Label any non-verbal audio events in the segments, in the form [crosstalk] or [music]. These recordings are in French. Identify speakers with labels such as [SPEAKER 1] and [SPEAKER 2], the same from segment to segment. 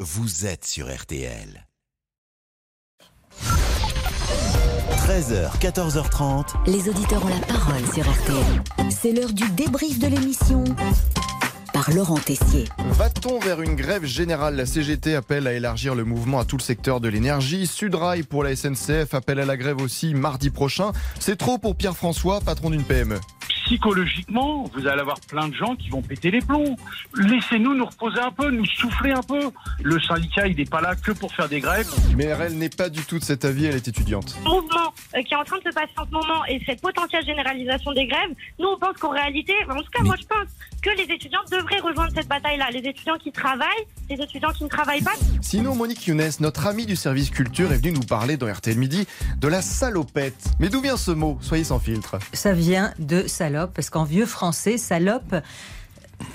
[SPEAKER 1] vous êtes sur RTL. 13h, 14h30.
[SPEAKER 2] Les auditeurs ont la parole sur RTL. C'est l'heure du débrief de l'émission par Laurent Tessier.
[SPEAKER 3] Va-t-on vers une grève générale La CGT appelle à élargir le mouvement à tout le secteur de l'énergie. Sudrail pour la SNCF appelle à la grève aussi mardi prochain. C'est trop pour Pierre-François, patron d'une E. PME
[SPEAKER 4] psychologiquement, vous allez avoir plein de gens qui vont péter les plombs. Laissez-nous nous reposer un peu, nous souffler un peu. Le syndicat, il n'est pas là que pour faire des grèves.
[SPEAKER 3] Mais elle n'est pas du tout de cet avis, elle est étudiante.
[SPEAKER 5] Le mouvement euh, qui est en train de se passer en ce moment et cette potentielle généralisation des grèves, nous on pense qu'en réalité, en tout cas moi je pense que les étudiants devraient rejoindre cette bataille-là. Les étudiants qui travaillent, les étudiants qui ne travaillent pas.
[SPEAKER 3] Sinon, Monique Younes, notre amie du service culture, est venue nous parler dans RTL Midi de la salopette. Mais d'où vient ce mot Soyez sans filtre.
[SPEAKER 6] Ça vient de salope, parce qu'en vieux français, salope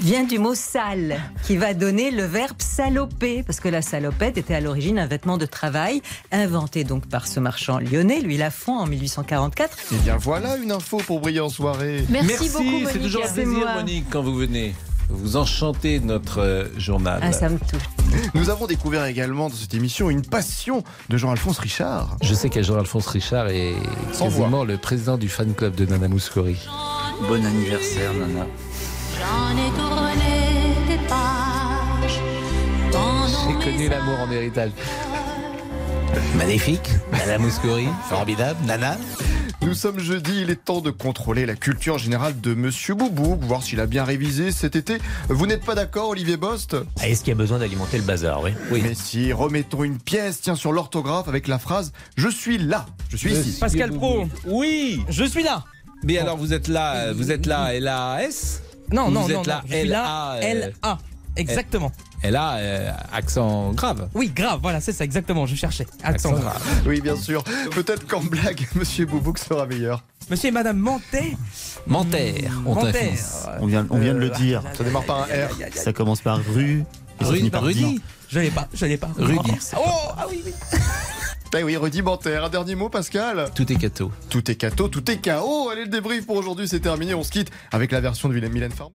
[SPEAKER 6] vient du mot sale, qui va donner le verbe saloper, parce que la salopette était à l'origine un vêtement de travail, inventé donc par ce marchand lyonnais, lui Lafont, en 1844.
[SPEAKER 3] Eh bien voilà une info pour briller en soirée.
[SPEAKER 7] Merci, beaucoup, Monique.
[SPEAKER 8] c'est toujours un
[SPEAKER 6] C'est
[SPEAKER 8] plaisir,
[SPEAKER 6] moi.
[SPEAKER 8] Monique, quand vous venez. Vous enchantez notre euh, journal.
[SPEAKER 6] Ah, ça me touche.
[SPEAKER 3] Nous avons découvert également dans cette émission une passion de Jean-Alphonse Richard.
[SPEAKER 7] Je sais que Jean-Alphonse Richard est
[SPEAKER 3] Sans
[SPEAKER 7] quasiment le président du fan club de Nana Mouskouri.
[SPEAKER 9] Bon anniversaire, Nana.
[SPEAKER 10] J'en ai tourné des pages pendant
[SPEAKER 7] J'ai connu
[SPEAKER 10] mes
[SPEAKER 7] l'amour en héritage. Magnifique, Nana Mouskouri, Euh, formidable, Nana.
[SPEAKER 3] Nous sommes jeudi, il est temps de contrôler la culture générale de Monsieur Boubou, voir s'il a bien révisé cet été. Vous n'êtes pas d'accord, Olivier Bost
[SPEAKER 11] Ah, Est-ce qu'il y a besoin d'alimenter le bazar Oui.
[SPEAKER 3] Mais si, remettons une pièce, tiens, sur l'orthographe avec la phrase Je suis là, je suis ici.
[SPEAKER 8] Pascal
[SPEAKER 7] Pro.
[SPEAKER 8] Oui
[SPEAKER 11] Je suis là
[SPEAKER 8] Mais alors vous êtes là, euh, vous êtes là L-A-S
[SPEAKER 11] Non,
[SPEAKER 8] Vous
[SPEAKER 11] non,
[SPEAKER 8] êtes
[SPEAKER 11] non,
[SPEAKER 8] là,
[SPEAKER 11] non, je suis là,
[SPEAKER 8] LA, euh,
[SPEAKER 11] L-A. Ah, Exactement.
[SPEAKER 8] L-A, euh, accent grave.
[SPEAKER 11] Oui, grave, voilà, c'est ça, exactement, je cherchais. Ah, Accent grave.
[SPEAKER 3] Oui, bien sûr. Peut-être qu'en blague, [laughs] Monsieur Boubouk sera meilleur.
[SPEAKER 11] Monsieur et Madame Mantet.
[SPEAKER 8] Mentaire. on
[SPEAKER 11] Mantet.
[SPEAKER 8] t'affiche.
[SPEAKER 9] On vient, on vient de le dire.
[SPEAKER 3] Ça démarre par un R.
[SPEAKER 9] Ça commence par rue. Et ça finit
[SPEAKER 8] Rudy.
[SPEAKER 9] par
[SPEAKER 8] Rudy.
[SPEAKER 9] dire.
[SPEAKER 11] Je l'ai pas, je l'ai pas.
[SPEAKER 8] Rudy.
[SPEAKER 11] Oh, ah oui, oui.
[SPEAKER 3] Eh oui, rudimentaire. Un dernier mot, Pascal
[SPEAKER 8] Tout est gâteau.
[SPEAKER 3] Tout est cato, tout est KO. Allez, le débrief pour aujourd'hui, c'est terminé. On se quitte avec la version de Willem Mylène Farmer.